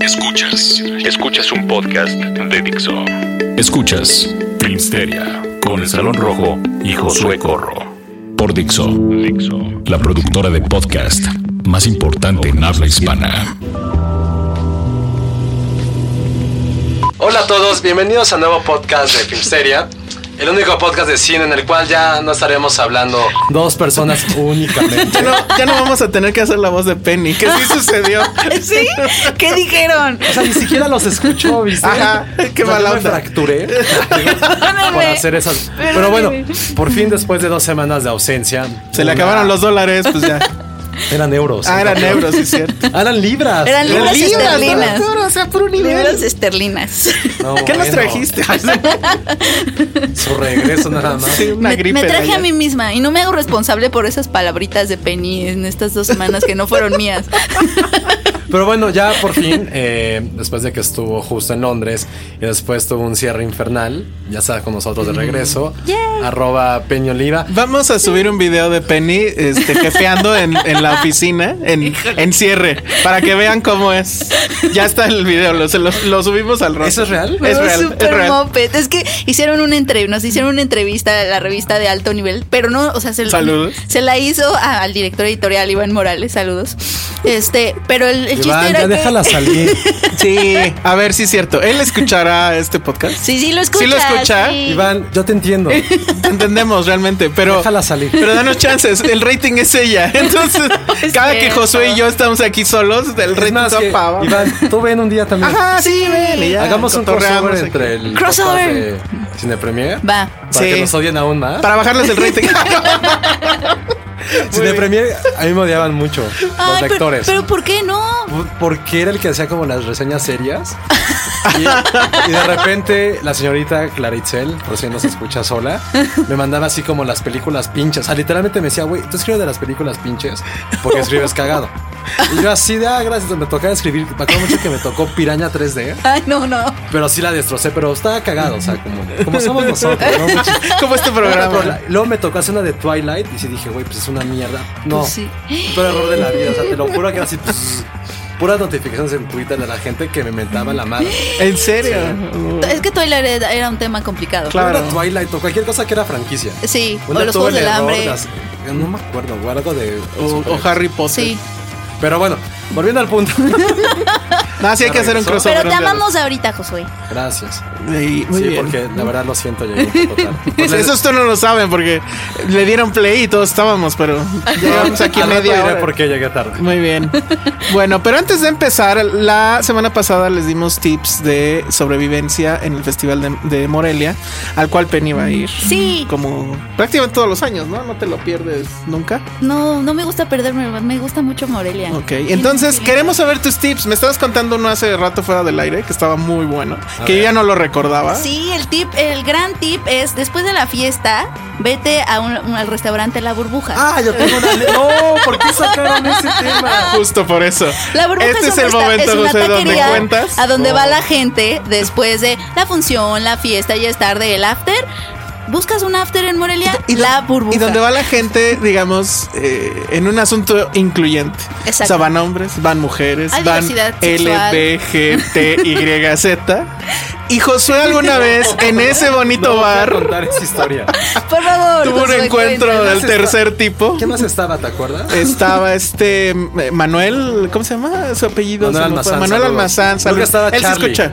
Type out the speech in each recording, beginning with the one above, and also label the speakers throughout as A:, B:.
A: Escuchas, escuchas un podcast de Dixo. Escuchas Filmsteria con el Salón Rojo y Josué Corro. Por Dixo, Dixo, la productora de podcast más importante en habla hispana.
B: Hola a todos, bienvenidos a un nuevo podcast de Filmsteria. El único podcast de cine en el cual ya no estaremos hablando dos personas únicamente.
C: Ya no, ya no vamos a tener que hacer la voz de Penny, que sí sucedió.
D: ¿Sí? ¿Qué dijeron?
B: O sea, ni siquiera los escucho, ¿viste?
C: Ajá, qué
B: O sea,
C: mala
B: yo me
C: onda.
B: fracturé por hacer esas. Pero bueno, por fin después de dos semanas de ausencia.
C: Se
B: una-
C: le acabaron los dólares, pues ya.
B: Eran euros.
C: Ah, eran euros, sí, cierto.
B: Ah, eran libras.
D: Eran libras esterlinas.
C: doctor, o sea, por un
D: Libras
C: nivel.
D: esterlinas.
B: No,
C: ¿Qué nos
B: bueno,
C: trajiste?
B: Su regreso nada más.
C: Sí, una
D: me,
C: gripe.
D: me
C: de
D: traje
C: allá.
D: a mí misma y no me hago responsable por esas palabritas de Penny en estas dos semanas que no fueron mías.
B: Pero bueno, ya por fin, eh, después de que estuvo justo en Londres y después tuvo un cierre infernal, ya está con nosotros
D: Mm.
B: de regreso. Arroba Peña Oliva.
C: Vamos a subir un video de Penny este, jefeando en, en la oficina, en, en cierre, para que vean cómo es. Ya está el video, lo, se lo- lo subimos al rostro.
B: ¿Eso es real?
C: Es
D: Pero
C: real, es
D: súper
C: real.
D: moped. Es que hicieron una entrevista, nos hicieron una entrevista a la revista de alto nivel, pero no, o sea, se,
C: Saludos.
D: se la hizo a- al director editorial Iván Morales, saludos. Este, pero el, el chiste
B: Iván,
D: era
B: ya
D: que-
B: déjala salir.
C: Sí, a ver si es cierto. ¿Él escuchará este podcast?
D: Sí, sí lo escucha.
C: ¿Sí lo escucha?
D: sí.
B: Iván, yo te entiendo.
C: Te entendemos realmente, pero.
B: Déjala salir.
C: Pero danos chances. El rating es ella. Entonces,
D: es
C: cada que
D: cierto.
C: Josué y yo estamos aquí solos, el
B: Es
C: rating
B: más
C: se
B: que-
C: apava.
B: Iván, tú ven un día también.
C: Ajá, sí, ven. y ya,
B: Hagamos un
C: cotorreamos
B: crossover
C: aquí.
B: entre el
D: Crossover.
B: podcast de Cine Premier.
D: Va.
B: Para
C: Sí.
B: que nos odien aún más.
C: Para bajarles el rating.
B: Cine Premier, a mí me odiaban mucho
D: Ay,
B: los
D: pero-
B: lectores.
D: pero ¿por qué no?
B: porque Pues, era el que hacía como las reseñas serias. Y, y de repente la señorita Claritzel, recién nos escucha sola, me mandaba así como las películas pinches. O sea, literalmente me decía, güey, tú escribes de las películas pinches porque escribes cagado. Y yo así de, ah, gracias, me tocaba escribir. Me acuerdo mucho que me tocó Piraña 3D,
D: Ay, no, no.
B: pero sí la destrocé, pero estaba cagado, o sea, como, como somos nosotros, ¿no? Muy chis-
C: ¿Cómo es tu
B: Pero la-
C: programa?
B: luego me tocó hacer una de Twilight y sí dije, güey, pues es una mierda. No,
D: Pues sí.
B: todo error de la vida. O sea, te lo juro que era así. pss, puras notificaciones en Twitter de la gente que me mentaba la madre.
C: ¿En serio?
D: Es que Twilight era era un tema complicado.
C: Claro.
B: Era Twilight o cualquier cosa que era franquicia.
D: Sí, o
B: Una
D: los
B: tuvo
D: Juegos
B: el
D: del
B: error
D: Hambre.
B: de hacer- no me acuerdo, o algo de.
C: O, o Harry Potter.
D: Sí,
B: Pero bueno, volviendo al punto.
C: No, sí hay que hacer un crossover.
D: pero te
C: un día.
D: amamos ahorita, Josué.
B: Gracias.
C: Sí, muy
B: sí,
C: bien.
B: porque la verdad lo siento, llegué un poco tarde. Pues,
C: Eso ustedes no lo saben porque le dieron play y todos estábamos, pero llegamos aquí
B: al rato
C: media
B: diré
C: hora.
B: por qué llegué tarde.
C: Muy bien. Bueno, pero antes de empezar, la semana pasada les dimos tips de sobrevivencia en el Festival de, de Morelia, al cual Penny va a ir.
D: Sí.
C: Como prácticamente todos los años, ¿no? No te lo pierdes nunca.
D: No, no me gusta perderme, me gusta mucho Morelia.
C: Ok, entonces queremos saber tus tips. Me estabas contando uno hace rato fuera del aire que estaba muy bueno, que yo ya no lo recordaba.
D: Sí, el tip, el gran tip es después de la fiesta, vete a un, un- al restaurante La Burbuja.
B: Ah, yo tengo una. le- No, ¿por qué sacaron ese tema?
C: Justo por eso.
D: La burbuja
C: este es
D: un
C: el
D: resta-
C: momento,
D: es una
C: José, donde
D: taquería
C: cuentas.
D: A donde va la gente después de la función, la fiesta y es tarde, el after. buscas un after en Morelia,
C: Y do-
D: la burbuja.
C: Y donde va la gente, digamos, eh, en un asunto incluyente.
D: Exacto.
C: O sea, van hombres, van mujeres,
D: Hay
C: van
D: diversidad
C: L,
D: sexual.
C: B, G, T, Y, Z. Y Josué alguna vez en ese bonito
B: No voy a
C: bar
B: contar esa historia.
D: Por favor.
C: tuvo un
D: Josué,
C: encuentro
D: cuéntanos.
C: del tercer tipo.
B: ¿Qué más estaba? ¿Te
C: Eh.
B: acuerdas?
C: Estaba este eh, Manuel, ¿cómo se llama su apellido?
B: Manuel
C: Se me fue.
B: Almazán,
C: Manuel
B: saludos.
C: Almazán.
B: Creo que estaba
C: Él se
B: Charlie.
C: escucha.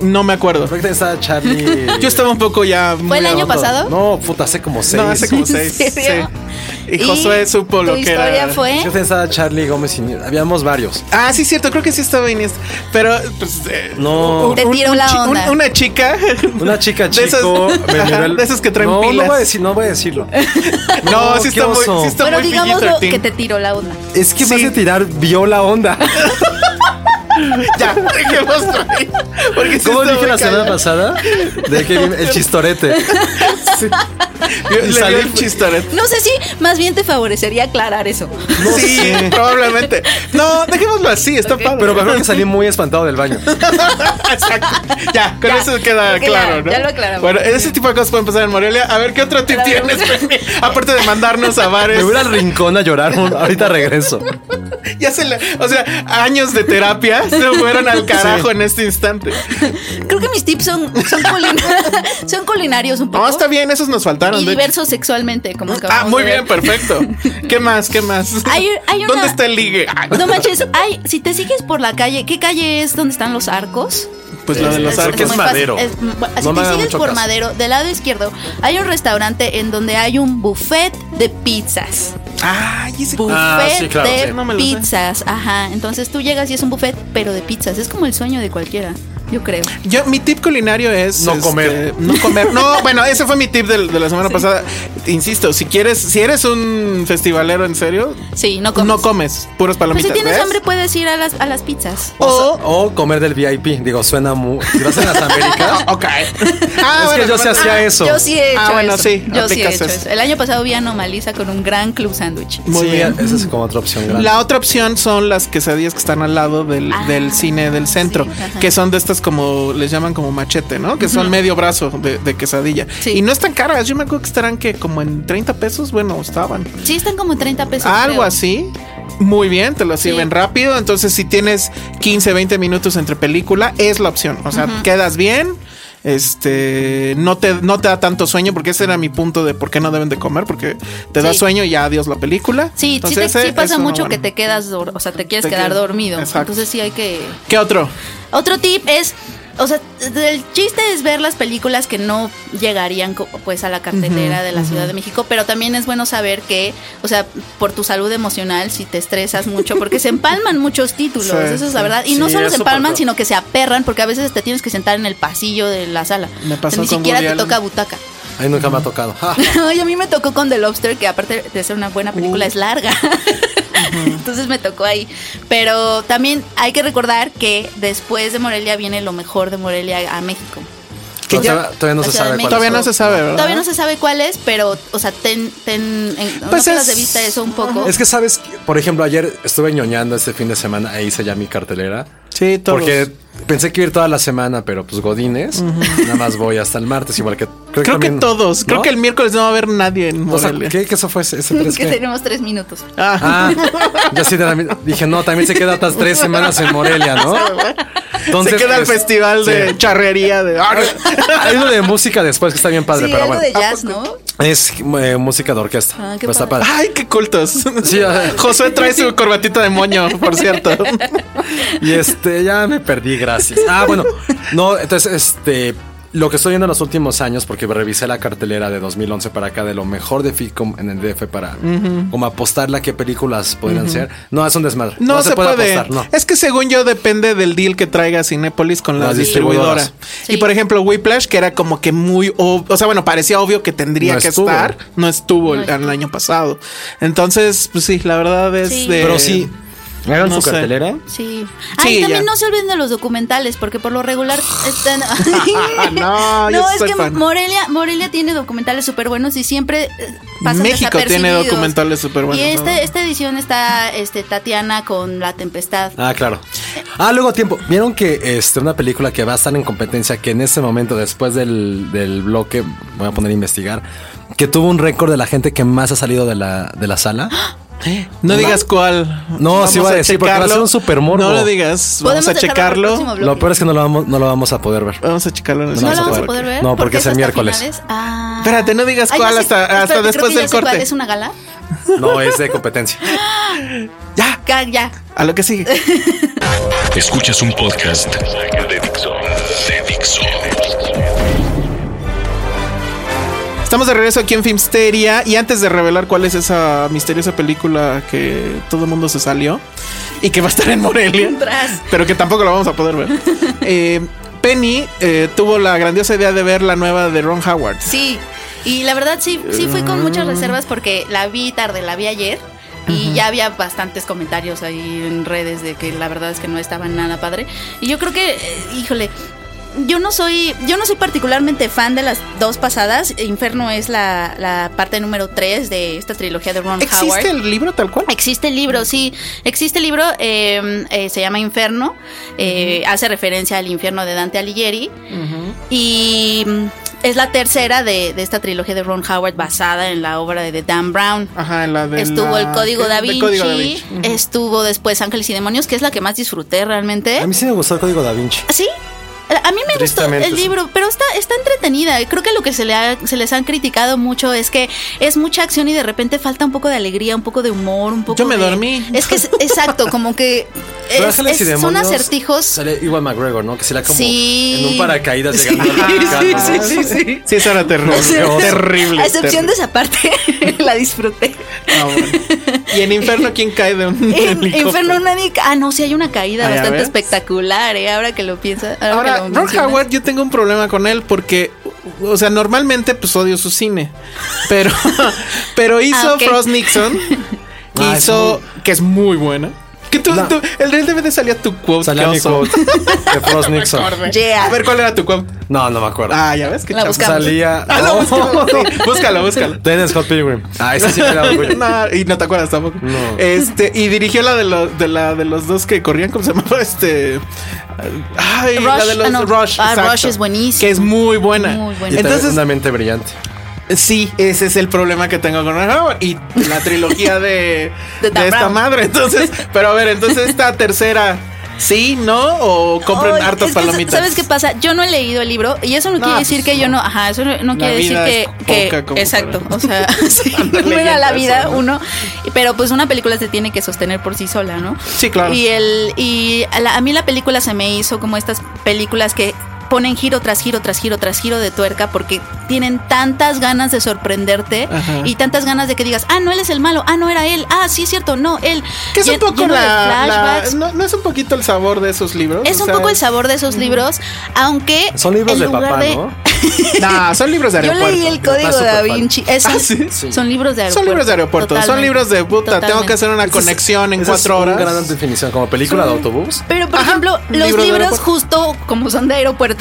C: No me acuerdo.
B: Creo que estaba Charlie.
C: Yo estaba un poco ya. muy
D: el año
C: adulto.
D: pasado?
B: No, puta, hace como seis.
C: No, hace como seis.
D: serio?
C: sí. Y Josué supo lo
D: tu
C: que era.
D: historia fue.
B: Creo que estaba Charlie Gómez y habíamos varios.
C: Ah, sí, cierto, creo que sí estaba Inés. Pero, pues. eh,
B: No.
D: Te tiró la
C: chi- un-
D: onda.
C: una chica.
B: Una chica
C: De esas-
B: chico me miró
C: Ajá,
B: el-
C: de esas que traen
B: no,
C: pilas.
B: No, voy a decir, no voy a decirlo. No,
C: No, sí
B: Oh, qué
C: está muy.
B: oso.
C: Sí está
D: Pero
C: muy
D: digamos lo
C: PG-13.
D: que te tiró la onda.
B: Es que
C: Sí.
B: más de tirar vio la onda.
C: Ya, dejémoslo ahí. Porque sí
B: ¿Cómo
C: está
B: dije
C: muy
B: la semana
C: cagado.
B: pasada? De que vi- el chistorete.
C: Yo- Le
B: Salí-
C: dio el chistoret.
D: No sé si más bien te favorecería aclarar eso.
C: sí, probablemente. No, dejémoslo así, está padre.
B: Pero me acuerdo que salí muy espantado del baño.
C: Exacto. Ya, con
D: Ya,
C: eso queda
D: creo que
C: claro,
D: ya,
C: ¿no?
D: ya lo aclaramos.
C: Bueno, ese tipo de cosas pueden pasar en Morelia. A ver, ¿qué otro tip
D: Pero-
C: tienes, Penny? Aparte de mandarnos a bares.
B: Me voy al rincón a llorar. un- Ahorita regreso.
C: Ya se le, o sea, años de terapia se fueron al carajo en este instante.
D: Creo que mis tips son, son, culina- son culinarios un poco.
C: No, está bien, esos nos faltaron.
D: Y
C: de hecho.
D: diversos sexualmente, como
C: Ah,
D: acabamos
C: muy
D: de ver.
C: bien, perfecto. ¿Qué más? ¿Qué más?
D: Hay- hay una-
C: ¿Dónde está el ligue? Ah,
D: No manches, ay, si te sigues por la calle, ¿qué calle es donde están los arcos?
C: pues lo de los
B: Creo que
C: arcos.
B: es
D: muy fácil.
B: Madero.
D: Es- mm, bueno,
B: No
D: si
B: me
D: te
B: hagan
D: sigues
B: mucho
D: por
B: caso.
D: Madero, del lado izquierdo, hay un restaurante en donde hay un buffet de pizzas.
C: Ay, ese
D: Buffet
B: Ah, sí, claro,
D: de
C: sí. No me lo sé.
D: pizzas. Ajá. Entonces tú llegas y es un buffet, pero de pizzas. Es como el sueño de cualquiera, yo creo.
C: Yo, mi tip culinario es este,
B: No comer.
C: No comer. No, bueno, ese fue mi tip del- de, la semana pasada. Insisto, si quieres, si eres un festivalero en serio,
D: Sí, no comes.
C: no comes puras
D: Pues
C: palomitas.
D: si tienes
C: ¿ves? Oh,
D: hambre, puedes ir a las, a las pizzas.
C: O,
B: O comer del VIP. Digo, suena muy. Si vas a las Américas.
C: ok. Ah,
B: Es que yo sí
C: pues,
B: hacía
C: ah,
B: eso.
D: Yo sí he hecho
C: Ah, bueno,
D: eso.
C: sí,
D: Yo sí he
C: aplicas
D: hecho
C: eso.
D: eso. El año pasado vi a Anomaliza con un gran club sándwich.
C: Muy
B: Sí,
C: bien.
B: Esa es como otra opción grande.
C: La otra opción son las quesadillas que están al lado del,
D: Ah,
C: del cine del centro,
D: sí, ajá.
C: que son de estas como les llaman como machete, ¿no? Que son medio brazo de, de quesadilla.
D: Sí.
C: Y no están caras, yo me acuerdo que estarán que como en 30 pesos, bueno, estaban.
D: Sí, están como 30 pesos.
C: Algo
D: creo.
C: así. Muy bien, te lo
D: Sí.
C: sirven rápido. Entonces, si tienes 15, 20 minutos entre película, es la opción. O sea, quedas bien. Este no te, no te da tanto sueño, porque ese era mi punto de por qué no deben de comer, porque te da
D: Sí.
C: sueño y ya adiós la película.
D: Sí, sí,
C: Entonces,
D: te- sí
C: ese
D: pasa
C: es uno
D: mucho que
C: bueno.
D: te quedas, dor- o sea, te quieres
C: Te
D: quedar
C: quedas-
D: dormido.
C: exacto.
D: Entonces sí hay que...
C: ¿Qué otro?
D: Otro tip es, o sea, el chiste es ver las películas que no llegarían co- pues a la cartelera de la Ciudad de México, pero también es bueno saber que, o sea, por tu salud emocional, si te estresas mucho, porque se empalman muchos títulos,
C: Sí,
D: eso es la
C: sí.
D: verdad. Y no
B: Sí,
D: solo se
B: eso
D: empalman,
B: pasó.
D: sino que se aperran, porque a veces te tienes que sentar en el pasillo de la sala.
C: Me pasó
D: ni
C: con
D: siquiera
C: Woody
D: te
C: Allen.
D: toca butaca.
B: Ahí nunca me ha tocado. Ja.
D: Ay, a mí me tocó con The Lobster, que aparte de ser una buena película es larga. Entonces me tocó ahí. Pero también hay que recordar que después de Morelia viene lo mejor de Morelia a México.
C: Que
B: No,
C: ya-
B: todavía- todavía no
D: la
B: se
D: Ciudad de
B: sabe
D: México.
B: cuál
C: Todavía no se sabe, ¿verdad?
D: Todavía no se sabe cuál es, pero, o sea, ten, ten, en, no
C: Pues
D: pierdas
C: es-
D: de vista eso un poco.
B: Es que sabes, que, por ejemplo, ayer estuve ñoñando este fin de semana e hice ya mi cartelera.
C: Sí, todos.
B: Porque pensé que iba a ir toda la semana, pero pues Godines, nada más voy hasta el martes, igual que creo,
C: creo que
B: también-
C: todos. Creo
B: ¿no?
C: que el miércoles no va a haber nadie en
B: O sea,
C: Morelia.
B: ¿qué, qué eso fue ese ese tres
D: que
B: qué?
D: tenemos tres minutos.
C: Ah,
B: Ah, yo sí de la mi- dije, no, también se queda otras tres semanas en Morelia, ¿no?
D: Ah,
B: Entonces,
C: se queda el
B: pues,
C: festival de
B: sí. Ah,
C: charrería de.
B: Hay uno de música después que está bien padre,
D: sí,
B: pero
D: algo
B: bueno.
D: de jazz, ¿no?
B: Es eh, música de orquesta.
D: Ah, qué
B: Pues está
D: padre.
B: padre.
C: Ay, qué cultos.
B: Sí, ah.
C: Josué trae su corbatita de moño, por cierto.
B: Y este, ya me perdí, gracias. Ah, bueno, no, entonces, este, lo que estoy viendo en los últimos años, porque revisé la cartelera de 2011 para acá de lo mejor de FICOM en el DF para como apostarle a qué películas podrían ser. No, es un desmadre.
C: No, se, puede.
B: apostar, no.
C: Es que según yo depende del deal que traiga Cinépolis con la,
B: Las
C: distribuidora.
B: distribuidoras.
D: Sí.
C: Y por ejemplo, Whiplash, que era como que muy ob- o sea, bueno, parecía obvio que tendría
B: No
C: que
B: estuvo.
C: estar, no estuvo
D: No
C: el,
D: estuvo.
C: el año pasado. Entonces, pues sí, la verdad es
D: Sí.
C: de
B: Pero sí, hagan
C: no
B: su
C: sé.
B: cartelera.
D: Sí. Ah, y
C: Sí,
D: también
C: ya.
D: no se olviden de los documentales, porque por lo regular están.
C: No, yo
D: es
C: soy
D: que
C: fan.
D: Morelia, Morelia tiene documentales súper buenos y siempre eh, pasan
C: México tiene
D: desapercibidos.
C: documentales súper buenos,
D: Y este-
C: ¿no?
D: esta edición está este, Tatiana con La Tempestad.
B: Ah, claro. Ah, luego tiempo. Vieron que este, una película que va a estar en competencia, que en ese momento, después del, del bloque, voy a poner a investigar, que tuvo un récord de la gente que más ha salido de la, de la sala.
C: No digas cuál.
B: No, sí iba a decir, porque va a ser
C: checarlo.
B: un supermorbo.
C: No lo digas. Vamos a
D: dejarlo para el
C: checarlo.
D: próximo bloque.
B: Lo peor es que no lo vamos, no lo vamos a poder ver.
C: Vamos a checarlo en el
D: no lo
C: siguiente
D: vamos a
C: bloque.
D: poder ver.
B: No, porque
D: es
B: es el
D: hasta
B: miércoles.
D: finales. Ah.
C: Espérate, no digas
D: Ay, ya
C: cuál
D: sé-
C: hasta, hasta
D: espérate, creo
C: después
D: que ya
C: del
D: sé cuál,
C: corte.
D: ¿Es una gala?
B: No, es de competencia.
C: Ya,
D: Ya, ya.
C: a lo que sigue.
A: Escuchas un podcast de Dixo. De Dixo.
C: Estamos de regreso aquí en Filmsteria y antes de revelar cuál es esa misteriosa película que todo el mundo se salió y que va a estar en Morelia,
D: Tras.
C: pero que tampoco la vamos a poder ver. eh, Penny eh, tuvo la grandiosa idea de ver la nueva de Ron Howard.
D: Sí, y la verdad sí, sí fui con muchas
C: Mm.
D: reservas porque la vi tarde, la vi ayer y ya había bastantes comentarios ahí en redes de que la verdad es que no estaba nada padre. Y yo creo que, eh, híjole, yo no soy, yo no soy particularmente fan de las dos pasadas. Inferno es la, la parte número 3 de esta trilogía de Ron
C: ¿Existe
D: Howard.
C: el libro tal cual?
D: Existe el libro, sí, existe el libro, eh, eh, se llama Inferno, eh, hace referencia al infierno de Dante Alighieri y mm, es la tercera de, de esta trilogía de Ron Howard basada en la obra de, Dan Brown.
C: Ajá, la de
D: Estuvo
C: la-
D: el Código da
C: el de
D: Vinci,
C: Código da Vinci. Ujú.
D: estuvo después Ángeles y Demonios, que es la que más disfruté realmente.
B: A mí sí me gustó el código Da Vinci.
D: Sí. A mí me gustó
B: Tristemente,
D: el
B: sí.
D: libro, pero está, está entretenida. Creo que lo que se, le ha- se les han criticado mucho es que es mucha acción y de repente falta un poco de alegría, un poco de humor, un poco
C: Yo me
D: de-
C: dormí.
D: Es que es exacto, como que
B: Pero
D: es-
B: Ángeles y
D: es- son
B: Demonios
D: acertijos.
B: Sale Iwan McGregor, ¿no? Que se la como
D: Sí.
B: en un paracaídas llegando a la
C: Sí,
B: cama.
C: sí, sí, sí. Sí, eso era terrible. terrible.
D: A excepción
C: terrible.
D: de esa parte, la disfruté.
C: Ah, bueno. Y en Inferno, ¿quién cae de un
D: En,
C: helicóptero?
D: Inferno Nanic- Ah, no, sí hay una caída
C: Ay, a
D: bastante
C: ver.
D: espectacular, ¿eh? Ahora que lo piensas. Ahora,
C: Ahora,
D: que lo
C: Ron
D: mencionas.
C: Howard, yo tengo un problema con él porque, o sea, normalmente pues odio su cine, pero, pero hizo
D: Ah, ok.
C: Frost Nixon,
B: Ah, es
C: hizo que es muy buena. Que tú,
B: No.
C: tú- el del DVD salía tu quote.
B: Salía mi
C: Kelso.
B: quote de Frost Nixon.
D: Yeah.
C: A ver cuál era tu quote.
B: No, no me acuerdo.
C: Ah, ya ves que
D: La buscamos.
B: Salía.
C: Ah, no, búscalo, sí, búscalo, búscalo.
B: Dennis Scott Pilgrim. Ah, ese sí me da orgullo.
C: No, y no te acuerdas tampoco.
B: No.
C: Este, y dirigió la de, lo- de la de los dos que corrían, ¿cómo se llamaba? Este. Ay, la
D: Rush,
C: de los
D: ah, no.
C: Rush.
D: Ah,
C: exacto.
D: Rush es buenísimo.
C: Que es muy buena.
D: Muy buena.
B: Y Entonces,
C: Entonces,
B: una mente brillante.
C: Sí, ese es el problema que tengo con Ron Howard y la trilogía de,
D: De Dan
C: de esta
D: Brown.
C: madre. Entonces, pero a ver, entonces esta tercera, ¿sí, no? ¿O compren
D: Ay,
C: hartas
D: es que,
C: palomitas?
D: ¿Sabes qué pasa? Yo no he leído el libro y eso no,
C: No,
D: quiere decir
C: pues,
D: que yo
C: no.
D: no. Ajá, eso no, no
C: La
D: quiere decir
C: vida
D: que.
C: es
D: que-
C: poca como
D: exacto.
C: para-
D: O sea, sí,
C: Andar
D: no era la
C: leyendo
D: vida
C: eso, ¿no?
D: uno. Pero pues una película se tiene que sostener por sí sola, ¿no?
C: Sí, claro.
D: Y, el, y a, la- a mí la película se me hizo como estas películas que ponen giro tras giro tras giro tras giro de tuerca porque tienen tantas ganas de sorprenderte
C: Ajá.
D: y tantas ganas de que digas, ah, no, él es el malo, ah, no era él, ah, sí, es cierto, no, él.
C: Que es
D: Llen-
C: un poco
D: lleno de
C: la, la-
D: flashbacks.
C: no, no es un poquito el sabor de esos libros?
D: Es
C: O
D: un
C: sea,
D: poco el sabor de esos libros, aunque.
B: Son libros
D: en
B: de
D: lugar
B: papá,
D: de-
B: ¿no?
C: No, son libros de
D: Yo
C: aeropuerto.
D: leí el código
B: Está
D: da
B: súper
D: Vinci. Es-
C: Ah, ¿sí?
D: Son libros de aeropuerto.
C: Son libros de aeropuerto, son
D: Totalmente.
C: libros de puta, tengo que hacer una
D: Totalmente.
C: conexión en
B: Esa es
C: cuatro horas.
B: Una gran definición, como película de autobús.
D: Pero, por
C: Ajá,
D: ejemplo,
C: libro
D: los
C: de
D: libros,
C: aeropuerto.
D: justo como son de aeropuerto,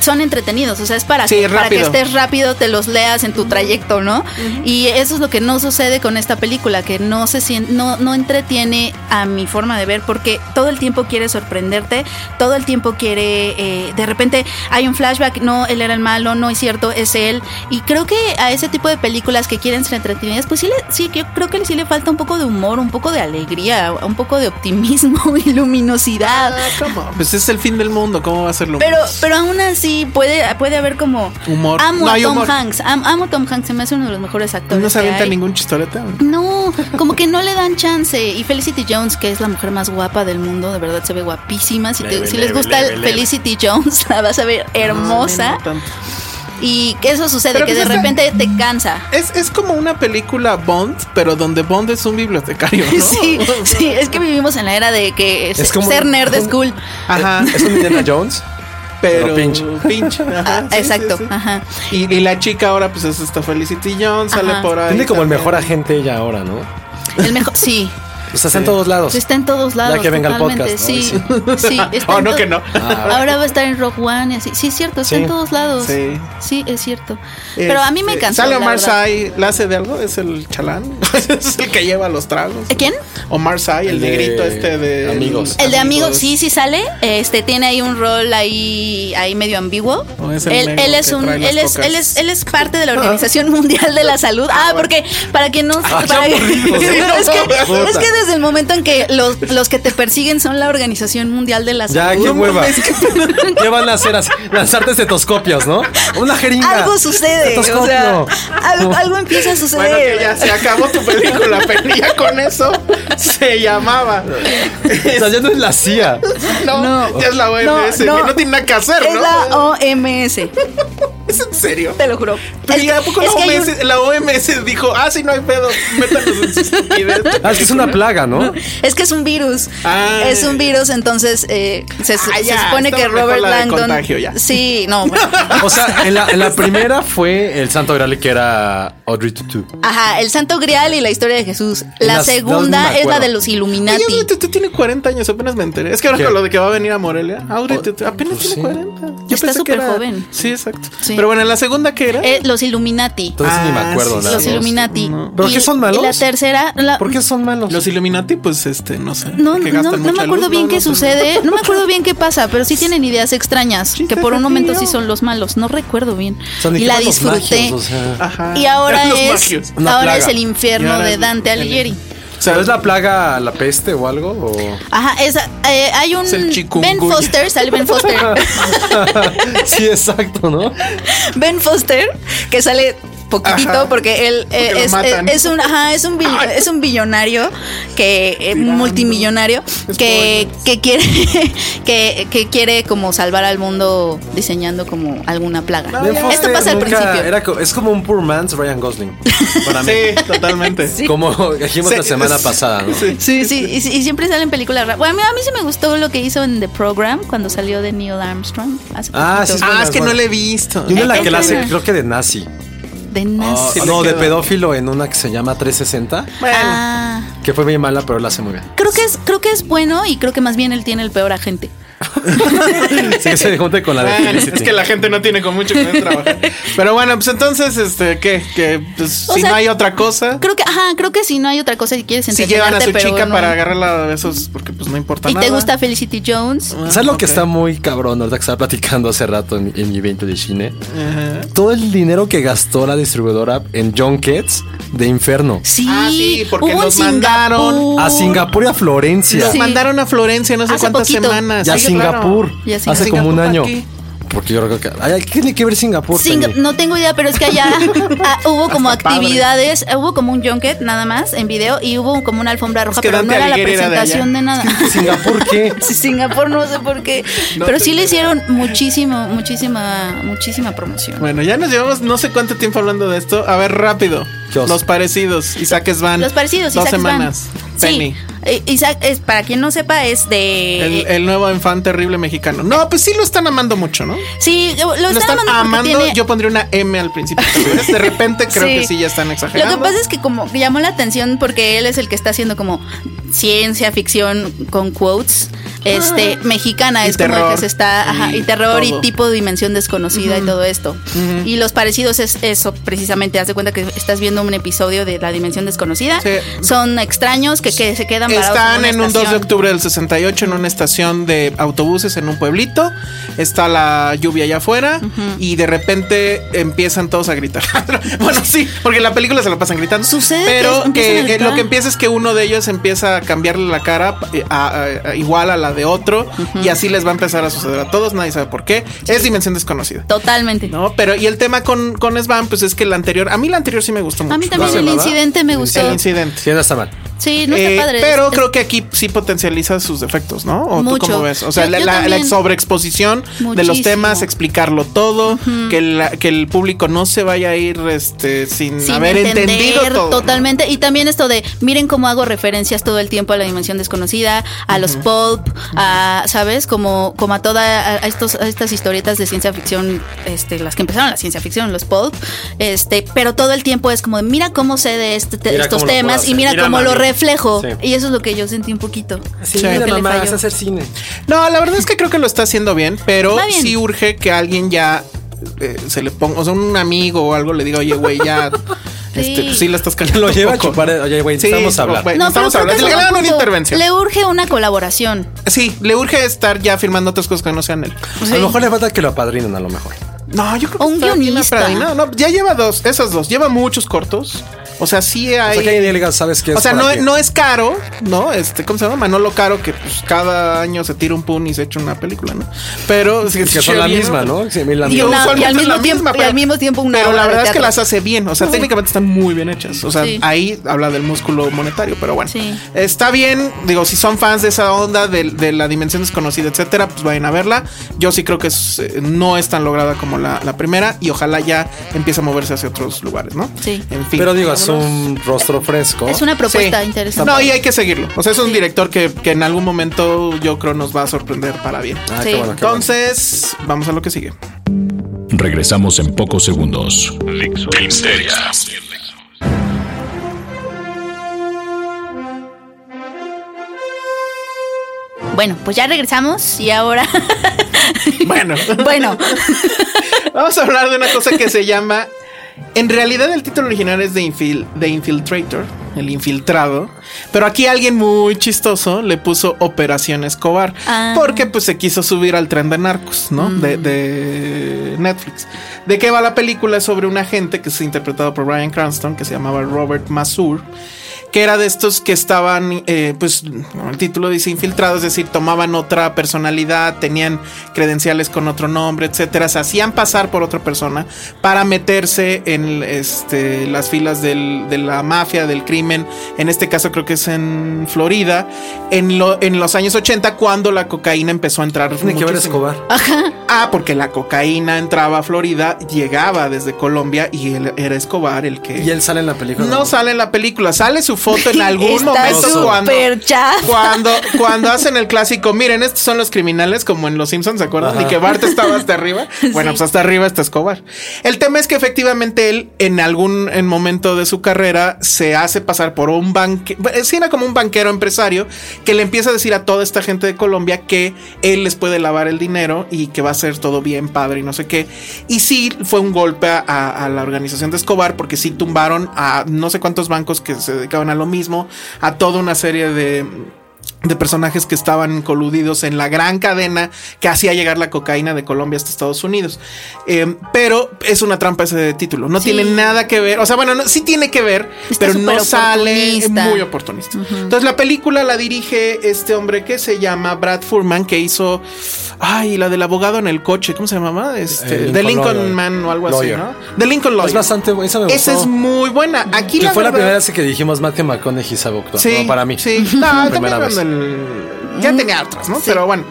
D: son entretenidos. O sea, es para,
C: Sí,
D: que, para que
C: rápido.
D: estés rápido, te los leas en tu trayecto, ¿no? Y eso es lo que no sucede con esta película, que no se sien- no, no entretiene a mi forma de ver, porque todo el tiempo quiere sorprenderte, todo el tiempo quiere. eh, de repente hay un flashback, no, él era el malo, no es cierto, es él. Y creo que a ese tipo de películas que quieren ser entretenidas, pues sí, le, sí, yo creo que sí le falta un poco de humor, un poco de alegría, un poco de optimismo y luminosidad.
C: ¿Cómo? Pues es el fin del mundo, ¿cómo va a ser lo
D: Ah, Pero, pero aún así puede, puede haber como
C: Humor.
D: Amo
C: No
D: a
C: hay
D: Tom
C: humor.
D: Hanks. Am- amo a Tom Hanks, se me hace uno de los mejores actores.
C: ¿No se
D: que
C: avienta
D: hay.
C: ningún chistorete?
D: No, como que no le dan chance. Y Felicity Jones, que es la mujer más guapa del mundo, de verdad se ve guapísima. Si, te- si les gusta el Felicity Jones, la vas a ver hermosa.
C: No, no tanto.
D: Y que eso sucede,
C: Ah, Pero
D: que de
C: pues está-
D: repente te cansa.
C: Es, es como una película Bond, pero donde Bond es un bibliotecario, ¿no?
D: Sí, sí, es que vivimos en la era de que se-
B: como-
D: ser nerd es cool.
C: Ajá,
B: Es un Indiana Jones.
C: pero
B: pero
C: pinche.
B: pinche.
C: ajá, Ah, sí,
D: Ah, Exacto,
C: sí, sí.
D: ajá.
C: Y, y la chica ahora, pues es esta Felicity Jones, sale
D: Ajá.
C: por ahí.
B: Tiene como el
C: también.
B: mejor agente ella ahora, ¿no?
D: El mejor, sí.
B: O sea, está en todos lados.
D: Sí, Pues Está en todos lados.
B: que venga el
D: totalmente,
B: podcast,
D: Sí,
B: ¿no?
D: sí. está
C: Oh,
D: en
C: no
D: to-
C: que no.
D: Ahora va a estar en Rock One y así. Sí, es cierto, está
B: Sí.
D: en todos lados.
C: Sí.
D: Sí. es cierto. Pero a mí me
C: Este,
D: encanta.
C: ¿Sale Omar Sy? ¿La hace de algo? ¿Es el chalán? ¿Es el que lleva los tragos?
D: ¿Eh, ¿Quién?
C: Omar Sy, el
B: El de
C: negrito este de...
B: Amigos.
D: El de amigos, sí, sí sale. Este tiene ahí un rol ahí, ahí medio ambiguo.
C: No, es el
D: él,
C: negro
D: él es
C: que
D: un,
C: trae las
D: él es,
C: cocas.
D: él es, él es parte de la Organización Mundial de la Salud. Ah, porque para que no, para que- es, que, es que desde el momento en que los, los que te persiguen son la Organización Mundial de la
B: Ya,
D: Salud.
B: qué hueva. ¿Qué van a hacer? Así, Lanzarte estetoscopios, ¿no? Una jeringa.
D: Algo sucede, o sea, algo, algo empieza a
C: Bueno,
D: suceder.
C: que ya se acabó tu película, pero ya con eso se llamaba.
B: O sea, ya no es la CIA.
C: No,
D: No.
C: ya es la OMS, que
D: No,
C: no,
D: no.
C: tiene nada que hacer,
D: es
C: ¿no?
D: la OMS,
C: ¿Es en serio?
D: te lo juro.
C: Pero
D: Es
C: ya, ¿a
D: que-
C: poco
D: es
C: la
D: que hay
C: OMS,
D: un-
C: la OMS dijo, ah, sí, no hay pedo, métanos en sus estupideces.
B: Ah, es que es una plaga, ¿no?
D: Es que es un virus.
C: Ah.
D: Es un virus, entonces eh, se, su-
C: Ah,
D: se
C: ya,
D: supone
C: estaba
D: que
C: mejor
D: Robert
C: la de
D: Langdon.
C: contagio, ya.
D: Sí, no. bueno.
B: O sea, en la, en la primera fue el santo grale que era Audrey Tutu.
D: Ajá, el Santo Grial y la historia de Jesús. La
B: Las- no, no
D: segunda
B: me
D: es la
B: acuerdo.
D: de los Illuminati.
C: Oye, tú, tiene 40 años, apenas me enteré. Es que ahora
B: ¿Qué?
C: con lo de que va a venir a Morelia, Aure, tú- tú- apenas
B: Pues
C: tiene
B: sí.
C: 40.
D: Está
C: pensé que
D: súper
C: era-
D: joven.
C: Sí, exacto.
D: Sí.
C: Pero bueno, en la segunda que era.
D: Eh, los Illuminati.
B: Entonces ni me
C: Ah,
B: acuerdo
C: sí,
B: nada.
D: los
C: sí.
B: más.
D: Illuminati.
C: No.
B: ¿Pero
D: Y-
B: qué son malos?
D: Y la tercera. la-
B: ¿Por qué son malos?
C: Los Illuminati, pues este, no sé.
D: No,
C: que gastan
D: no, no me
C: mucha
D: acuerdo
C: luz,
D: bien
C: no,
D: qué
C: no sé.
D: sucede. No me acuerdo bien qué pasa, pero sí tienen ideas extrañas.
C: Chistes
D: Que por un
C: de
D: momento sí
C: tío.
D: son los malos. No recuerdo bien.
B: O sea, ni
D: y
B: que
D: la
B: eran los
D: disfruté.
B: magios, o sea.
C: Ajá.
D: Y ahora
C: Los
D: es,
C: magios.
B: Una
D: ahora
B: plaga.
D: es el
C: Y
D: infierno
C: ahora
D: de
C: es
D: Dante
C: el-
D: Alighieri.
C: O sea,
B: ¿Pero es la plaga, la peste o algo? O...
D: Ajá, esa, eh, hay un
C: Es el chikungunya.
D: Ben Foster, sale Ben Foster,
B: sí, exacto, ¿no?
D: Ben Foster que sale poquitito
C: Ajá.
D: porque él eh,
C: Porque lo
D: es,
C: matan.
D: es- es un ajá, es un bill- es un billonario que eh, multimillonario que, que quiere que, que quiere como salvar al mundo diseñando como alguna plaga.
C: Ben
D: Esto
C: Foster
D: pasa al
B: Nunca-
D: principio.
B: era co- es como un poor man's Ryan Gosling. Para mí.
C: Sí, totalmente.
B: Como dijimos la
C: Sí,
B: semana
C: sí,
B: pasada, ¿no?
C: sí.
D: Sí, sí, y, y siempre salen películas raras. Bueno, a mí, a mí sí me gustó lo que hizo en The Program cuando salió de Neil Armstrong hace
B: Ah,
D: poquito.
B: sí,
C: Ah, es que
B: Buenas,
C: no le he visto.
B: Y una en la
D: Es
B: que la hace,
D: buena.
B: creo que de nazi.
D: de Nancy.
C: sí
B: Ah,
C: le
B: no, de
C: quedó.
B: pedófilo en una que se llama 360,
C: Bueno,
D: Ah.
B: que fue bien mala, pero la hace muy bien.
D: Creo que es, creo que es bueno y creo que más bien él tiene el peor agente.
B: Sí, que se junte con la de
C: bueno,
B: Felicity.
C: Ah, es que la gente no tiene con mucho que ver trabajar. Pero bueno, pues entonces, este, ¿qué? Que pues,
D: O
C: si
D: sea,
C: no hay otra cosa.
D: Creo que, ajá, creo que si no hay otra cosa que quieres
C: Si
D: entretenerte,
C: llevan a su
D: pero
C: chica
D: no.
C: para agarrarla de esos, porque pues no importa
D: Y
C: nada. Ah,
D: te gusta Felicity Jones.
B: ¿Sabes lo que
C: Ok.
B: está muy cabrón ahorita que estaba platicando hace rato en, en mi evento de cine?
C: Ajá.
B: Todo el dinero que gastó la distribuidora en Junkets de Inferno.
D: Sí,
C: Ah, sí, porque
D: hubo en
C: los mandaron
D: Singapur.
B: A Singapur y a Florencia.
C: Los
D: Sí.
C: mandaron a Florencia no sé
D: Hace
C: cuántas
D: poquito.
C: semanas.
B: Y a
C: Sí, claro.
B: Singapur.
D: Y a Singapur.
B: Hace como
C: ¿Singapur
B: un
C: para
B: año.
C: qué?
B: Porque yo creo que. Ay, ¿Qué tiene que ver Singapur?
D: Singa-
B: Penny?
D: no tengo idea, pero es que allá ah, hubo como actividades, eh, hubo como un junket nada más en video y hubo como una alfombra roja,
C: que
D: pero no
C: Dante
D: era la
C: Alighieri era de
D: presentación de,
C: allá.
D: nada.
B: ¿Singapur qué?
D: Sí, Singapur no sé por qué, pero sí le hicieron muchísimo, muchísima, muchísima promoción.
C: Bueno, ya nos llevamos no sé cuánto tiempo hablando de esto. A ver, rápido.
B: Dios.
C: Los parecidos. Isaac Svan.
D: Los parecidos,
C: Dos
D: Isaac Svan.
C: semanas. Penny.
D: Sí, eh, Isaac, es, para quien no sepa, es de...
C: El, eh, el nuevo infante terrible mexicano. No, pues sí lo están amando mucho, ¿no?
D: sí, lo,
C: Lo
D: están amando, porque tiene-
C: Yo pondría una M al principio. pero De repente creo que sí ya están exagerando.
D: Lo que pasa es que como que llamó la atención porque él es el que está haciendo como ciencia ficción con quotes este mexicana
C: Ah. Y
D: es como el
C: terror.
D: que se está ajá, y,
C: Y
D: terror
C: todo.
D: y tipo de dimensión desconocida y todo esto. Y los parecidos es eso precisamente, haz de cuenta que estás viendo un episodio de la dimensión desconocida.
C: Sí.
D: Son extraños que, que se quedan varados
C: Están en
D: una
C: un 2 de
D: estación.
C: octubre del 68 en una estación de autobuses en un pueblito. Está la lluvia allá afuera y de repente empiezan todos a gritar. bueno, sí, porque en la película se la pasan gritando.
D: Sucede
C: Pero
D: que empiezan
C: que,
D: a
C: que
D: gritar.
C: lo que empieza es que uno de ellos empieza a cambiarle la cara eh, a- a- a- igual a la de otro y así les va a empezar a suceder a todos. Nadie sabe por qué. Es dimensión desconocida.
D: Totalmente.
C: No, pero y el tema con, con Svan, pues es que el anterior, a mí el anterior sí me gustó mucho.
D: A mí también el incidente me gustó.
C: El incidente.
B: Sí, no está mal.
D: Sí, no está
C: Eh,
D: padre.
C: Pero
D: Es-
C: creo que aquí sí potencializa sus defectos, ¿no? ¿O tú
D: Mucho.
C: cómo ves? O sea,
D: Yo-
C: la,
D: yo
C: la- la
D: también.
C: sobreexposición de los
D: Muchísimo.
C: temas, explicarlo todo, que, la- que el público no se vaya a ir este, sin,
D: sin
C: haber
D: entender
C: entendido todo.
D: totalmente y también esto de miren cómo hago referencias todo el tiempo a la dimensión desconocida a los pulp a sabes como como a todas a estos a estas historietas de ciencia ficción este las que empezaron la ciencia ficción los pulp este pero todo el tiempo es como de, mira cómo sé de este-
B: Mira
D: estos
B: cómo lo puedo
D: temas y
B: hacer,
D: mira,
C: mira,
D: cómo lo
C: mami,
D: reflejo.
B: Sí.
D: Y eso es lo que yo sentí un poquito.
C: Sí,
D: Lo
C: la
D: que le
B: mamá,
D: falló.
B: vas a hacer cine.
C: No, la verdad es que creo que lo está haciendo bien, pero
D: Va bien.
C: sí urge que alguien ya eh, se le ponga, o sea, un amigo o algo le diga, oye, güey, ya. Este,
D: Sí.
C: pues sí, la estás cagando.
B: Lo
C: un
B: lleva a
C: poco".
B: chupar. Oye, güey,
C: Sí,
B: estamos hablando.
C: güey,
D: No,
C: estamos
D: pero creo
C: hablando.
D: que
C: Le
D: es un
C: hagan una
D: punto.
C: intervención.
D: Le urge una colaboración.
C: Sí, le urge estar ya firmando otras cosas que no sean él.
B: A
D: Sí.
B: lo mejor le falta que lo apadrinen, a lo mejor.
C: No, yo creo
D: O un
C: está bien
D: guionista.
C: apadrinado. No, ya lleva dos, esas dos. Lleva muchos cortos. O sea, sí hay.
B: O sea, que alguien le diga, ¿sabes qué?
C: O
B: Es
C: sea,
B: por
C: no,
B: aquí.
C: no es caro, ¿no? Este, ¿cómo se llama? Manolo Caro, que pues, cada año se tira un pun y se echa una película, ¿no? Pero sí,
B: Que son la misma, ¿no? Sí, la
C: Y
D: Y,
B: misma.
D: una-
C: usualmente
D: y al
C: es la
D: mismo tiempo,
C: misma,
D: y
C: pero-
D: al mismo tiempo una
C: Pero
D: obra
C: la
D: de
C: verdad es que
D: teatro.
C: las hace bien. O sea, técnicamente están muy bien hechas. O sea,
D: Sí.
C: ahí habla del músculo monetario, pero bueno.
D: Sí.
C: Está bien. Digo, si son fans de esa onda, de, de la dimensión desconocida, etcétera, pues vayan a verla. Yo sí creo que es, eh, no es tan lograda como la, la primera y ojalá ya empiece a moverse hacia otros lugares, ¿no?
D: Sí.
C: En fin.
B: Pero digo, es
C: vámonos.
B: un rostro fresco.
D: Es una propuesta
C: Sí.
D: interesante.
C: No, y hay que seguirlo. O sea, es un
D: Sí.
C: director que, que en algún momento yo creo nos va a sorprender para bien.
B: Ah,
D: Sí.
B: qué bueno, qué bueno.
C: Entonces, vamos a lo que sigue.
A: Regresamos en pocos segundos. Filmsteria.
D: Bueno, pues ya regresamos y ahora.
C: Bueno.
D: bueno,
C: Vamos a hablar de una cosa que se llama. En realidad, el título original es The, Infil- The Infiltrator, el infiltrado. Pero aquí alguien muy chistoso le puso Operación Escobar.
D: Ah.
C: Porque pues se quiso subir al tren de narcos, ¿no? De, de Netflix. ¿De qué va la película? Es Sobre un agente que es interpretado por Brian Cranston, que se llamaba Robert Masur que era de estos que estaban, eh, pues, como el título dice infiltrados, es decir, tomaban otra personalidad, tenían credenciales con otro nombre, etcétera, se hacían pasar por otra persona para meterse en este, las filas del- de la mafia, del crimen, en este caso creo que es en Florida, en, lo- en los años 80, cuando la cocaína empezó a entrar.
B: Tiene que ver
C: muchísimo.
B: Escobar.
C: Ah, porque la cocaína entraba a Florida, llegaba desde Colombia y él era Escobar el que...
B: Y él sale en la película.
C: No sale en la película, sale su foto en algún
D: Está
C: momento cuando,
D: súper chafa.
C: cuando cuando hacen el clásico, miren, estos son los criminales como en Los Simpsons, ¿se acuerdan?
B: Ajá.
C: Y que Bart estaba hasta arriba. Bueno,
D: Sí.
C: pues hasta arriba está Escobar. El tema es que efectivamente él en algún en momento de su carrera se hace pasar por un banquero, sí era como un banquero empresario que le empieza a decir a toda esta gente de Colombia que él les puede lavar el dinero y que va a ser todo bien padre y no sé qué. Y sí fue un golpe a, a- a la organización de Escobar porque sí tumbaron a no sé cuántos bancos que se dedicaban a lo mismo, a toda una serie de de personajes que estaban coludidos en la gran cadena que hacía llegar la cocaína de Colombia hasta Estados Unidos. Eh, pero es una trampa ese título. No
D: Sí.
C: tiene nada que ver. O sea, bueno, no- sí tiene que ver,
D: Está
C: pero no
D: súper
C: sale es
D: oportunista.
C: muy oportunista. Entonces la película la dirige este hombre que se llama Brad Furman, que hizo, ay, la del abogado en el coche, ¿cómo se llamaba? Este,
B: Eh,
C: The
B: Lincoln
C: Lincoln
B: Lawyer.
C: Man o algo
B: Lawyer.
C: así, ¿no? The Lincoln Lawyer.
B: Es bastante bu- esa me
C: Esa
B: gustó.
C: es muy buena. Aquí
B: Que
C: la
B: fue la
C: verdad-
B: primera vez que dijimos Matthew McConaughey sabe actuar.
C: Sí,
B: No, para mí.
C: Sí, no, también
B: Primera vez.
C: cuando el- ya tenía otras, ¿no? Pero bueno.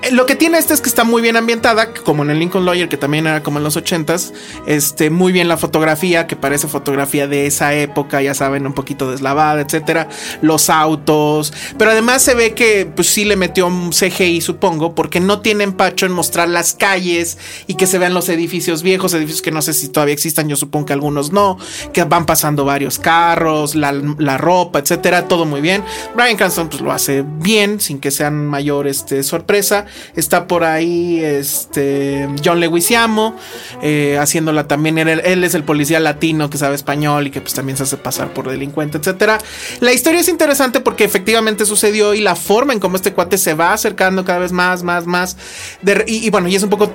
C: eh, Lo que tiene esta es que está muy bien ambientada, como en el Lincoln Lawyer, que también era como en los 80s. Este, muy bien la fotografía, que parece fotografía de esa época, ya saben, un poquito deslavada, etcétera. Los autos. Pero además se ve que, pues sí le metió un CGI, supongo, porque no tiene empacho en mostrar las calles y que se vean los edificios viejos, edificios que no sé si todavía existan, yo supongo que algunos no, que van pasando varios carros, la, la ropa, etcétera, todo muy bien. Brian Cranston pues lo hace bien, sin que sean mayor este, sorpresa. Está por ahí este, John Leguizamo eh, haciéndola también. Él, él es el policía latino que sabe español y que pues también se hace pasar por delincuente, etcétera. La historia es interesante porque efectivamente sucedió y la forma en cómo este cuate se va acercando cada vez más, más, más. De re- y, y bueno, y es un poco,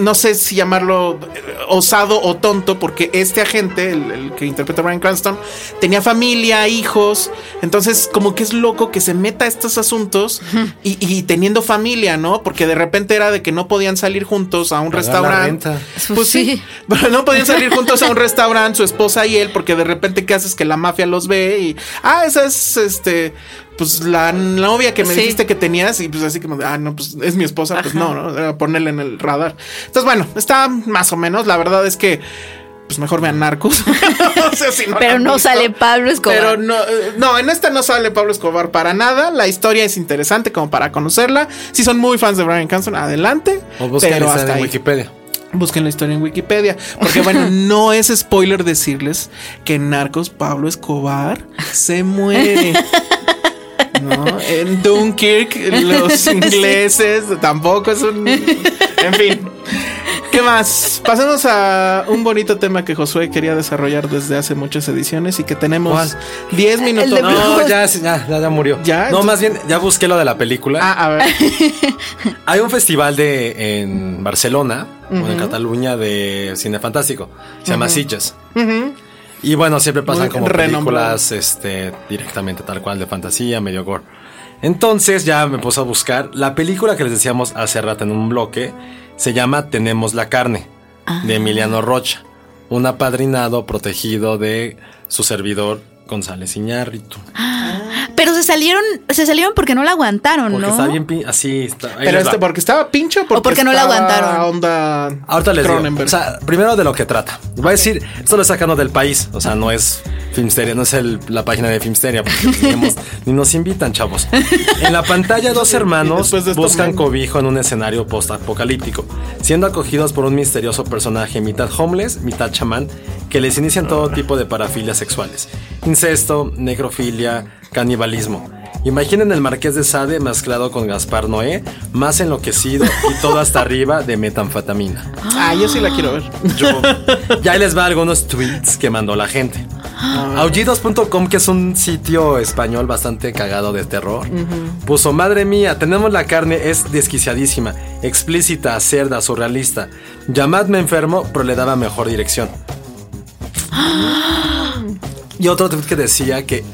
C: no sé si llamarlo eh, osado o tonto, porque este agente, el, el que interpreta a Brian Cranston, tenía familia, hijos. Entonces, como que es loco que se meta a estos asuntos y, y teniendo familia, ¿no? Porque de repente era de que no podían salir juntos a un
B: Pagar la
C: restaurante.
B: renta.
C: Pues sí.
D: Sí.
C: Pero no podían salir juntos a un restaurante, su esposa y él, porque de repente, ¿qué haces? Que la mafia los ve y. Ah, esa es este. Pues la novia que me
D: Sí.
C: dijiste que tenías, y pues así como de, ah, no, pues es mi esposa, pues no, no, Era ponerle en el radar. Entonces, bueno, está más o menos. La verdad es que, pues mejor vean narcos. O sea, si la
D: Pero
C: han
D: no
C: visto.
D: sale Pablo Escobar.
C: Pero no, eh, no, en esta no sale Pablo Escobar para nada. La historia es interesante como para conocerla. Si son muy fans de Brian Cranston, adelante.
B: O buscan
C: pero
B: esa
C: hasta
B: en
C: ahí.
B: Wikipedia.
C: Busquen la historia en Wikipedia. Porque bueno, no es spoiler decirles que en Narcos Pablo Escobar se muere. ¿No? En Dunkirk los ingleses tampoco es un... En fin. ¿Qué más? Pasemos a un bonito tema que Josué quería desarrollar desde hace muchas ediciones y que tenemos
B: ¿Cuál?
C: 10 minutos.
D: de
C: No,
B: No, ya, sí, ya, ya, ya murió.
C: ¿Ya?
B: No, más bien, ya busqué lo de la película.
C: Ah, a ver.
B: Hay un festival de en Barcelona, o en Cataluña, de cine fantástico. Se llama Sitges. Y bueno, siempre pasan
C: Muy
B: como
C: renombrado.
B: películas este, directamente tal cual de fantasía, medio gore. Entonces ya me puse a buscar. La película que les decíamos hace rato en un bloque se llama Tenemos la carne,
C: Ah.
B: de Emiliano Rocha. Un apadrinado protegido de su servidor González Iñárritu.
C: Ah,
D: Pero se salieron, se salieron porque no la aguantaron,
B: Porque
D: ¿no?
B: está bien pin- así. Está, ahí
C: Pero
B: les
C: este,
B: va.
C: porque estaba pincho porque,
D: porque no la
C: estaba
D: aguantaron.
C: onda
B: Ahorita les digo.
C: Cronenberg.
B: O sea, primero de lo que trata. Voy a decir, esto lo sacando del país. O sea, no es Filmsteria, no es el- la página de Filmsteria, porque tenemos- ni nos invitan, chavos. En la pantalla, dos hermanos
C: después de esto,
B: buscan
C: man.
B: cobijo en un escenario post-apocalíptico, siendo acogidos por un misterioso personaje mitad homeless, mitad chamán, que les inician todo tipo de parafilias sexuales: incesto, necrofilia, canibalismo. Imaginen el marqués de Sade mezclado con Gaspar Noé, más enloquecido y todo hasta arriba de metanfetamina.
C: ah, yo sí la quiero ver.
B: Yo- ya ahí les va algunos tweets que mandó la gente. Aullidos.com, que es un sitio español bastante cagado de terror, puso: Madre mía, tenemos la carne, es desquiciadísima, explícita, cerda, surrealista. Llamadme enfermo, pero le daba mejor dirección. Y otro tweet que decía que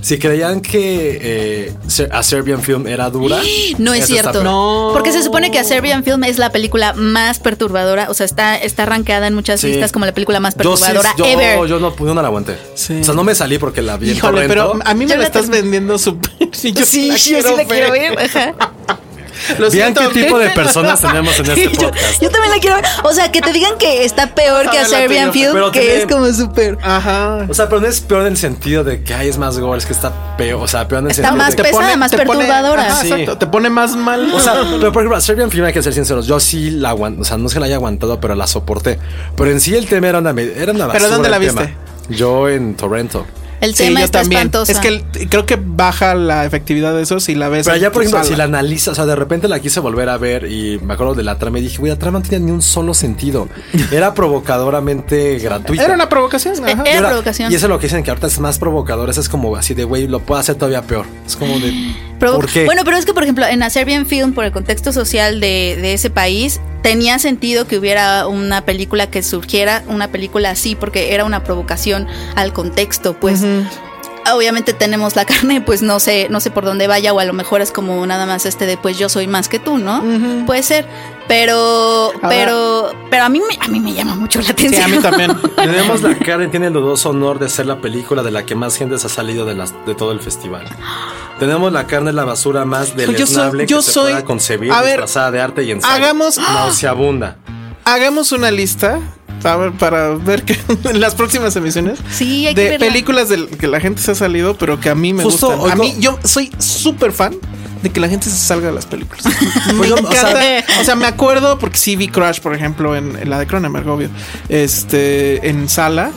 B: si creían que eh, Ser- a Serbian Film era dura,
D: No
B: esa
D: es
B: está
D: cierto.
B: peor.
C: No.
D: Porque se supone que A Serbian Film es la película más perturbadora. O sea, está, está rankeada en muchas
B: Sí.
D: listas como la película más
B: Yo sí-
D: perturbadora
B: yo,
D: ever.
B: yo no, yo no la aguanté.
C: Sí.
B: O sea, no me salí porque la vi en
C: Híjole, pero ah,
B: torrento.
C: a mí me
D: Yo
C: la
D: la
C: estás
D: term-
C: vendiendo súper. Sí, yo sí la quiero ver.
D: Ajá.
C: Lo
B: Vean
C: siento,
B: qué tipo de personas tenemos en este
D: yo,
B: podcast.
D: yo también la quiero ver. O sea, que te digan que está peor que A
C: Adelante, yo-
D: Serbian Film,
B: pero
D: que
B: tiene-
D: es como súper.
C: Ajá.
B: O sea, pero no es peor en el sentido de que hay es más goles, que está peor. O sea, peor en el
D: Está
B: sentido
D: más
B: de
D: pesada, más perturbadora.
C: Ajá,
B: Sí.
C: Exacto, te pone más mal.
B: O sea, pero por ejemplo, a Serbian Film hay que ser sinceros. Yo sí la aguanto. O sea, no se la haya aguantado, pero la soporté. Pero en sí el tema era una, me- era una basura.
C: ¿Pero dónde la
B: el tema. Yo en Toronto.
D: El
C: Sí,
D: tema
C: yo
D: está espantoso.
C: Es que el- creo que baja la efectividad de eso si la ves.
B: Pero
C: en
B: allá, por
C: tu
B: ejemplo,
C: sala.
B: si la analizas, o sea, de repente la quise volver a ver y me acuerdo de la trama y dije, güey, la trama no tenía ni un solo sentido. Era provocadoramente gratuita.
C: Era una provocación.
D: Eh,
C: Ajá.
D: eh. Era
B: Y ahora-
D: provocación.
B: Y eso es lo que dicen que ahorita es más provocador. Eso es como así de, güey, lo puedo hacer todavía peor. Es como de.
D: Pero-
B: ¿Por qué?
D: Bueno, pero es que, por ejemplo, en A Serbian Film, por el contexto social de, de ese país, tenía sentido que hubiera una película que surgiera, una película así, porque era una provocación al contexto, pues. Obviamente tenemos la carne, pues no sé, no sé por dónde vaya, o a lo mejor es como nada más este de pues yo soy más que tú, ¿no? Puede ser. Pero,
C: Ahora-
D: pero, pero a mí me, a mí me llama mucho la
C: Sí,
D: atención.
C: a mí también.
B: Tenemos la Karen tiene el dudoso honor de ser la película de la que más gente se ha salido de, las, de todo el festival. Tenemos la carne en la basura más deleznable
C: yo
B: que se
C: soy-
B: pueda concebir,
C: a ver,
B: disfrazada de arte y ensayo.
C: hagamos-
B: nauseabunda.
C: Hagamos una lista a ver, para ver que en las próximas emisiones.
D: Sí, hay que
C: de
D: verla.
C: películas del que la gente se ha salido, pero que a mí me
B: Justo
C: gustan.
B: oigo-
C: A mí yo soy súper fan de que la gente se salga de las películas. me
B: Pues yo, o
C: encanta. O sea,
B: sea-
C: me acuerdo porque sí vi Crash, por ejemplo, en, en la de Cronenberg, obvio. Este, en sala.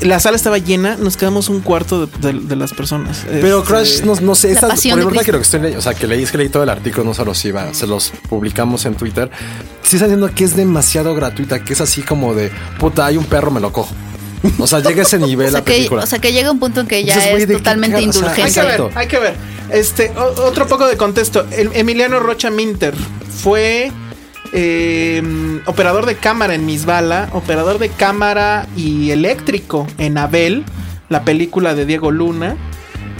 C: La sala estaba llena, nos quedamos un cuarto de, de- de las personas.
B: Pero
C: Este,
B: Crash, no, no sé,
D: La
B: esta, por
D: pasión de
B: ejemplo, ahorita
D: Cristo.
B: que lo que estoy leyendo, o sea, que leí, es que leí todo el artículo, no se los iba, se los publicamos en Twitter. Sí está diciendo que es demasiado gratuita, que es así como de, puta, hay un perro, me lo cojo. O sea, llega a ese nivel
D: o, sea
B: la
D: que,
B: película.
D: o sea, que llega un punto en que ya
B: Dices, güey,
D: es
B: ¿de qué
D: totalmente
B: cara? O sea,
D: indulgente.
C: Hay que ver,
B: Exacto.
C: hay que ver. Este, o- otro poco de contexto. El- Emiliano Rocha Minter fue eh, operador de cámara en Misbala, operador de cámara y eléctrico en Abel, la película de Diego Luna.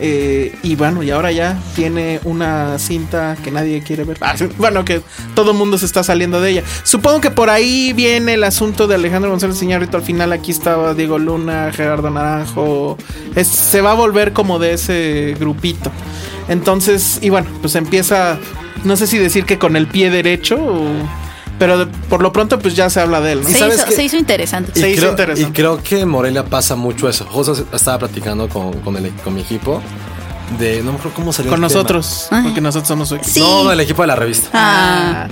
C: Eh, y bueno, y ahora ya tiene una cinta que nadie quiere ver. Ah, sí, Bueno, que todo mundo se está saliendo de ella. Supongo que por ahí viene el asunto de Alejandro González Iñárritu. Al final aquí estaba Diego Luna, Gerardo Naranjo. Es- se va a volver como de ese grupito. Entonces, y bueno, pues empieza, no sé si decir que con el pie derecho, o- pero de- por lo pronto pues ya se habla de él, ¿no?
D: Se
B: ¿Sabes
D: hizo,
B: qué?
D: se hizo interesante.
B: Y
C: Se hizo
B: creo,
C: interesante.
B: Y creo que en Morelia pasa mucho eso. José estaba platicando con, con el- con mi equipo de. No me acuerdo cómo salió.
C: Con
B: el tema.
C: nosotros, porque nosotros somos su equipo.
D: Sí.
B: No, del equipo de la revista.
D: Ah,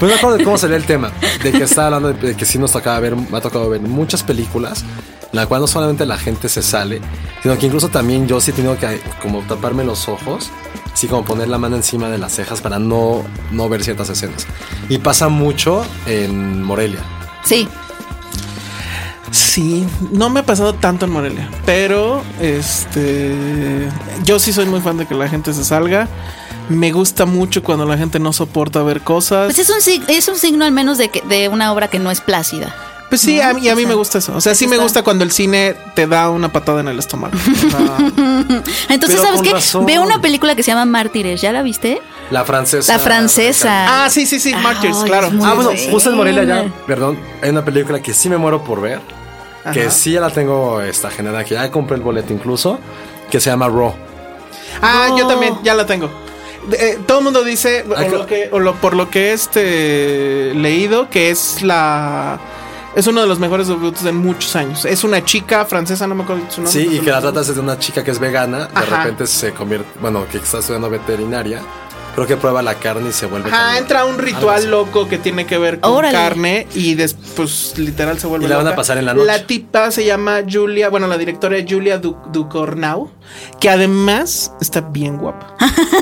B: Pues me acuerdo de cómo salió el tema, de que estaba hablando de, de que sí nos tocaba ver, me ha tocado ver muchas películas, en la cual no solamente la gente se sale, sino que incluso también yo sí he tenido que como taparme los ojos, así como poner la mano encima de las cejas para no, no ver ciertas escenas. Y pasa mucho en Morelia.
D: sí.
C: Sí, no me ha pasado tanto en Morelia, pero este yo sí soy muy fan de que la gente se salga. Me gusta mucho cuando la gente no soporta ver cosas.
D: Pues es un, sig- es un signo al menos de, que, de una obra que no es plácida.
C: Pues sí, a mí, y a mí me gusta eso. O sea, sí me
D: está.
C: gusta cuando el cine te da una patada en el estómago. O sea,
D: Entonces,
B: Pero
D: ¿sabes
B: con
D: qué?
B: razón.
D: Veo una película que se llama Mártires, ¿ya la viste?
B: La francesa.
D: La francesa.
C: ah, sí, sí, sí, Martyrs,
D: Ay,
C: claro.
D: es muy
B: Ah, bueno,
D: buena.
B: justo en Morelia ya, perdón, hay una película que sí me muero por ver, que sí ya la tengo esta generada, que ya compré el boleto incluso, que se llama Raw.
C: Ah, yo
D: No.
C: también, ya la tengo. De- eh, todo el mundo dice, o
B: Ay,
C: lo
B: co-
C: que- o lo- por lo que he este, leído, que es la. Es uno de los mejores debuts en muchos años. Es una chica francesa, no me acuerdo su nombre.
B: Sí, y
C: pero-
B: que la tratas de una chica que es vegana, de
C: Ajá.
B: repente se convierte, bueno, que está estudiando veterinaria, creo que prueba la carne y se vuelve...
C: Ajá,
B: también.
C: entra un ritual
B: así.
C: loco que tiene que ver con
D: Órale.
C: carne y después literal se vuelve
B: Y la van a
C: loca.
B: pasar en la noche.
C: La tipa se llama Julia, bueno, la directora es Julia Du- Ducornau, que además está bien guapa.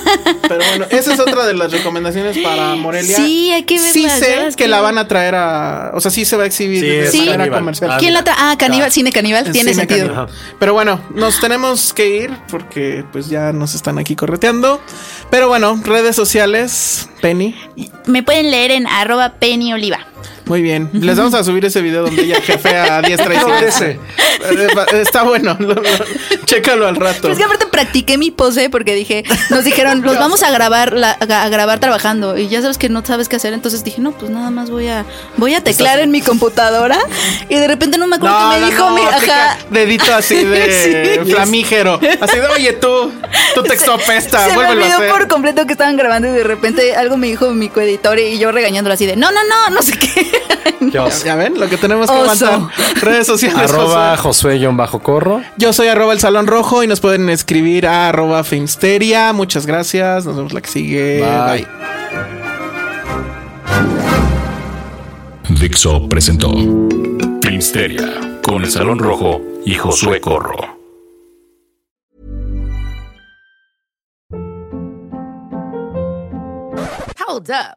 C: Pero bueno, esa es otra de las recomendaciones para Morelia.
D: Sí, hay que verla,
C: Sí
D: ya
C: sé
D: las
C: que la
D: quiero.
C: van a traer a, o sea, sí se va a exhibir
B: Sí,
C: de
B: es
C: manera
B: Caníbal.
C: comercial.
B: Ah,
D: ¿Quién la
B: mira.
D: trae? Ah, Caníbal,
B: Ya.
D: Cine Caníbal,
C: Sí,
D: tiene
C: me
D: sentido.
C: cambió. Pero bueno, nos tenemos que ir porque pues ya nos están aquí correteando. Pero bueno, redes sociales, Penny.
D: Me pueden leer en arroba Penny Oliva.
C: Muy bien. Les vamos a subir ese video donde ella jefea a diestra y
B: Quiero ver
C: siniestra. Eh, Está bueno. lo- lo- chécalo al rato.
D: Pero es que aparte practiqué mi pose porque dije, nos dijeron, los vamos a grabar, la- a grabar trabajando. Y ya sabes que no sabes qué hacer. Entonces dije, no, pues nada más voy a, voy a teclar en mi computadora. Y de repente no me acuerdo
C: No,
D: que me
C: no,
D: dijo
C: no,
D: mi,
C: aplica
D: ajá.
C: Dedito así de
D: Sí.
C: flamígero. Así de, oye tú, tu texto apesta,
D: Se me
C: vuélvelo a
D: olvidó
C: hacer.
D: por completo que estaban grabando y de repente algo me dijo mi coeditor y yo regañándolo así de no, no, no, no sé qué.
B: Qué oso.
C: Ya ven lo que tenemos que
D: Oso.
C: aguantar. Redes sociales.
B: Arroba
C: Josué.
B: Josué-Corro.
C: Yo soy arroba el salón rojo y nos pueden escribir a arroba filmsteria. Muchas gracias. Nos vemos la que sigue.
B: Bye.
C: Bye.
A: Dixo presentó Filmsteria con el Salón Rojo y Josué Corro.
E: Hold up.